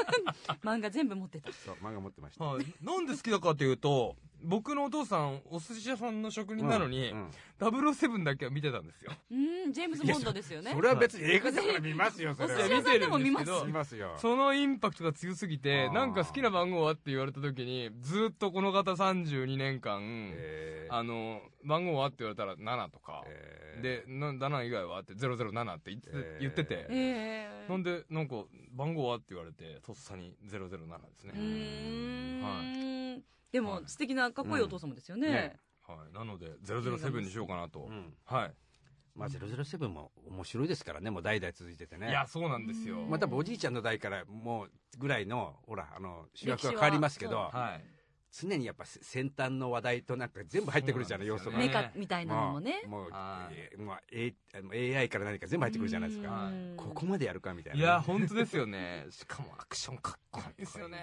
S3: 漫画全部持ってた
S2: そう漫画持ってました
S4: はい、なんで好きだかというと僕のお父さんお寿司屋さんの職人なのに、
S2: うん
S4: 007だけは見てたんですよ
S3: うんジェームズ・ボンドですよね
S2: それは別に映画だから見ますよそ
S3: お
S2: れ
S3: 寿
S2: は
S3: 司屋さんでも見ます
S4: いや見てるんですけど
S2: 見ますよ
S4: そのインパクトが強すぎて
S2: あー
S4: なんか好きな番号はって言われた時にずっとこの方32年間、
S2: えー
S4: あの番号はって言われたら7とか、
S2: えー
S4: でな7以外はって007って言って,、
S2: えー
S4: 言ってて、
S3: ええ
S4: なんでなんか番号はって言われてとっさに007ですね
S3: う、ーんでも素敵なかっこいいお父様ですよね
S2: ね
S4: はい、なので007にしようかなと、
S2: うん
S4: はい
S6: まあ、007も面白いですからね、もう代々続いててね。
S4: いやそうなんですよ、
S6: まあ、多分おじいちゃんの代からもうぐらいの、ほら、あの、主役は変わりますけど、
S4: はい
S6: 常にやっぱ先端の話題となんか全部入ってくるじゃない、
S4: そう
S6: 要
S4: なんで
S6: 素
S4: すよ
S6: が。
S4: ね
S6: ね
S3: メカ
S4: メ
S3: みたいなのもね。
S6: もう、
S4: あー
S6: えもう A- あの AI から何か全部入ってくるじゃないですか。
S3: うん
S6: ここまでやるかみたいな、
S4: いや本当ですよねしかもアクションかっこいいですよね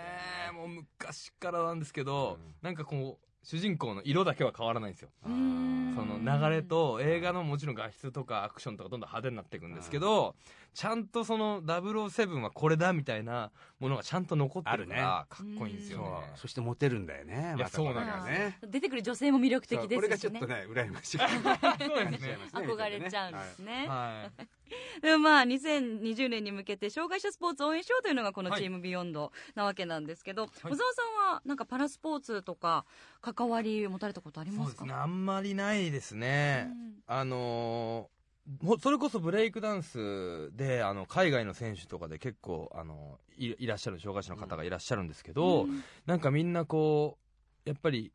S4: もう昔からなんですけど、
S6: うん
S4: なんかこう主人公の色だけは変わらないんですよ
S6: あ
S3: う
S6: ー
S3: ん
S4: その流れと映画のもちろん画質とかアクションとかどんどん派手になっていくんですけどちゃんとその007はこれだみたいなものがちゃんと残ってるからかっこいいんですよ
S6: そ
S4: ね
S6: う。そしてモテるんだよね。
S4: いや
S6: またこれが
S4: そうなん
S3: です
S6: ね。
S3: 出てくる女性も魅力
S6: そ
S3: 的
S6: う
S3: で
S6: これが
S3: す
S6: ち
S3: し
S6: ょっ
S3: ね
S6: と。ね、羨ましい。
S4: そうですね
S3: 憧れちゃうんで
S6: はい
S3: すね。
S4: はい
S3: でもまあ2020年に向けて障害者スポーツ応援しようというのがこのチームビヨンドなわけなんですけど、小沢さんはなんかパラスポーツとか関わりを持たれたことあり
S4: そ
S3: ま
S4: う
S3: す
S4: です
S3: か
S4: ねあんまりないですね、あのーもうそれこそブレイクダンスであの海外の選手とかで結構あのいいらっしゃる障害者の方がいらっしゃるんですけ
S3: う
S4: ど、
S3: ん
S4: なんかみんなこうやっぱり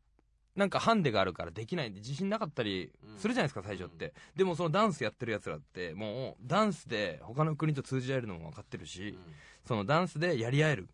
S4: なんかハンデがあるからできないんで自信なかったりするじゃないですか最初って、でもそのダンスやってるやつらってもうダンスで他の国と通じ合えるのも分かってるし、そのダンスでやり合える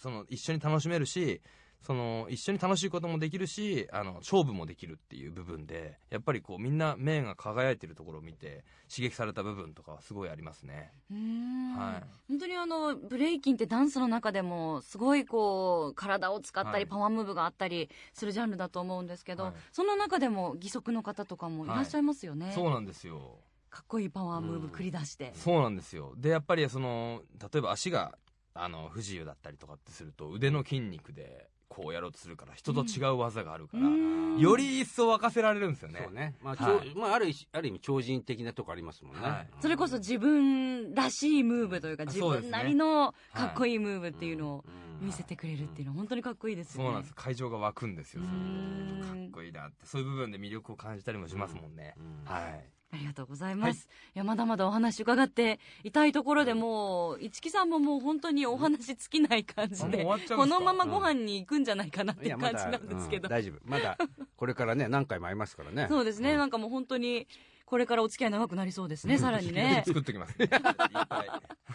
S4: その一緒に楽しめるしその一緒に楽しいこともできるしあの勝負もできるっていう部分でやっぱりこうみんな目が輝いてるところを見て刺激された部分とかはすごいありますね。
S3: うーん
S4: は
S3: 本当にあのブレイキンってダンスの中でもすごいこう体を使った
S4: は
S3: り
S4: い
S3: パワームーブがあったりするジャンルだと思うんですけど、
S4: はい
S3: その中でも義足の方とかもいらっしゃいますよね、
S4: そうなんですよ
S3: かっこいいパワームーブ繰り出して、
S4: そうなんですよでやっぱりその例えば足があの不自由だったりとかってすると腕の筋肉でこうやろうとするから人と違う技があるから、
S3: うん
S4: より一層沸かせられるんですよね。
S6: そうね。まあ、
S4: は
S6: ちょまあ、ある一ある意味超人的なとこありますもんね。
S4: はい
S6: うん
S3: それこそ自分らしいムーブというか
S4: あ
S3: 自
S4: そうです
S3: 分
S4: ね
S3: なりのかっこいいムーブっていうのを
S6: うん
S3: 見せてくれるっていうのは本当にかっこいいですよ
S4: そ
S3: ね。
S4: うなんです会場が湧くんですよ
S3: う
S4: そ
S3: ーん
S4: れでかっこいいなってそういう部分で魅力を感じたりもしますもんね、
S6: うん
S4: はい
S3: ありがとうございます。い、や、まだまだお話伺っていたいところでもう、市木さんももう本当にお話尽きない感じ
S4: あもう
S3: で、
S4: 終わっちゃうんですか
S3: このままご飯に行くんじゃないかなって
S6: い
S3: い
S6: や
S3: う
S6: ま
S3: 感
S6: だ
S3: じなんですけ
S6: う
S3: ど。
S6: 大丈夫。まだ、これからね、何回も会いますからね。
S3: そうですね、なんかもう本当に、これからお付き合い長くなりそうですね、さら にね。
S4: 作ってきます、ね、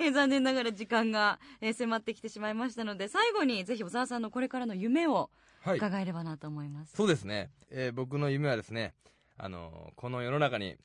S3: えー残念ながら時間が、えー迫ってきてしまいましたので、最後にぜひ小沢さんのこれからの夢を
S4: はい
S3: 伺えればなと思います。
S4: そうですね、えー僕の夢はですねあのーこの世の中に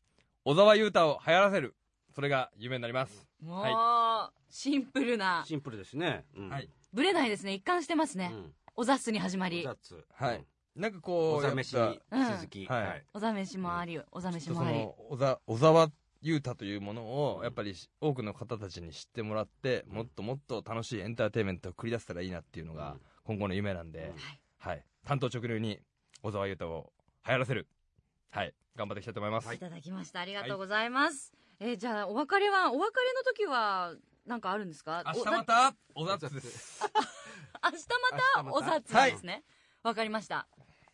S4: 小沢優太を流行らせるそれが夢になります、
S3: もう、
S4: は
S3: シンプルな、
S6: シンプルですね。うん
S4: はい。
S3: ブレないですね、一貫してます
S6: う
S3: ね。
S6: ん。
S3: おざっすに始まり
S6: お、つ
S4: はい。なんか
S6: お
S4: こう
S6: ざめし
S4: やっ
S6: に
S4: ぱ
S6: 続き。
S4: はい
S6: はい
S3: おざめしもあり、おざめし
S4: ちょっと
S3: もあ
S4: そ
S3: り。
S4: の小沢小沢優太というものをやっぱりし多くの方たちに知ってもらってもっともっと楽しいエンターテインメントを繰り出せたらいいなっていうのが今後の夢なんで、はい、担当直入に小沢優太を流行らせる、はい、頑張っていきたいと思います、
S3: いただきました。ありがとうございます。えーじゃあ、お別れは、お別れの時は、なんかあるんですか
S4: 明
S3: お
S4: 日
S3: だ
S4: また小沢です
S3: 明日また、おざつなんですね。わ、かりました。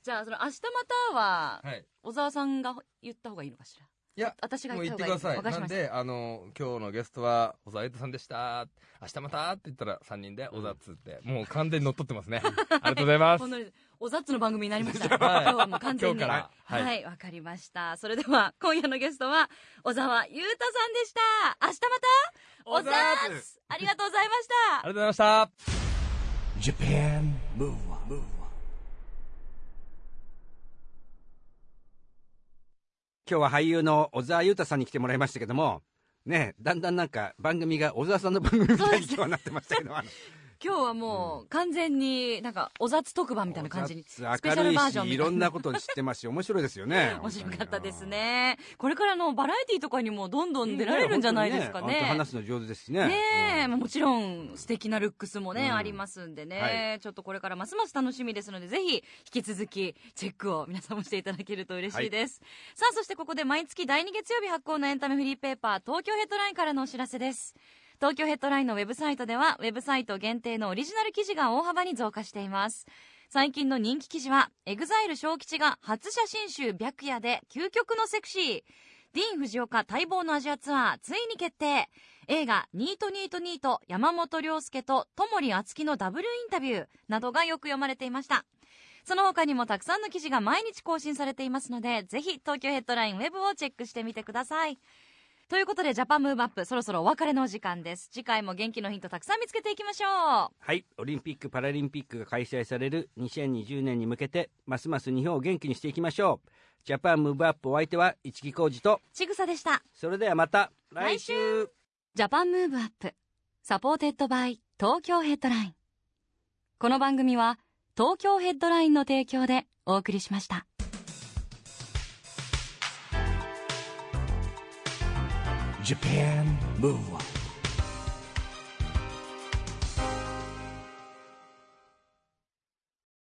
S3: じゃあ、その、明日または、
S4: はい
S3: 小沢さんが言った方がいいのかしら
S4: いや
S3: 私が
S4: もう
S3: 言
S4: 言
S3: っ
S4: ったて
S3: 方
S4: く
S3: がい
S4: だ
S3: いですかわかりま
S4: さいなん
S3: した。
S4: であの今日のゲストは小沢優太さんでした明日またって言ったら3人で小沢っつって、もう完全に乗っ取って ますねありがとうございます
S3: この、おざつの番組になりました。
S4: はい
S3: 今日はもう完全に。
S4: 今日から
S3: は、
S4: はいい
S3: わ、かりました。それでは、今夜のゲストは、小沢優太さんでした。明日また、おざーつありがとうございました
S4: ありがとうございました
S1: Japan Move Up, Move Up.
S6: 今日は俳優の小沢優太さんに来てもらいましたけども、ねえだんだんなんか番組が小沢さんの番組みたいに今日はなってましたけど、あの
S3: 今日はもう完全になんかお雑特番みたいな感じに
S6: 小
S3: ス
S6: 沢
S3: ペシ
S6: 明
S3: ャル
S6: るい
S3: バージョン
S6: し、い
S3: みた
S6: ろ
S3: い
S6: ん
S3: な
S6: なこと知ってますし、面白いですよね。
S3: 面白かったですねこれからのバラエティとかにもどんどん出られるんじゃないですか
S6: 本当
S3: ね
S6: 話すの上手ですしね。
S3: ねえ、もちろん素敵なルックスもね、ありますんでね、
S6: は
S3: ちょっとこれからますます楽しみですのでぜひ引き続きチェックを皆さんもしていただけると嬉しいです、さあそしてここで毎月第2月曜日発行のエンタメフリーペーパー東京ヘッドラインからのお知らせです東京ヘッドラインのウェブサイトではウェブサイト限定のオリジナル記事が大幅に増加しています最近の人気記事はエグザイル小吉が初写真集「白夜」で究極のセクシーディーン・フジオカ待望のアジアツアーついに決定映画「ニートニートニート山本涼介と友利厚樹のダブルインタビューなどがよく読まれていましたその他にもたくさんの記事が毎日更新されていますので、ぜひ東京ヘッドラインウェブをチェックしてみてください。ということで、ジャパンムーブアップ、そろそろお別れのお時間です。次回も元気のヒントたくさん見つけていきましょう。
S2: はいオリンピック・パラリンピックが開催される2020年に向けてますます日本を元気にしていきましょうジャパンムーブアップお相手は市木浩二と
S3: ちぐさでした。
S2: それではまた
S3: 来週ジャパンムーブアップサポーテッドバイ東京ヘッドラインこの番組は東京ヘッドラインの提供でお送りしました
S1: Japan Move Up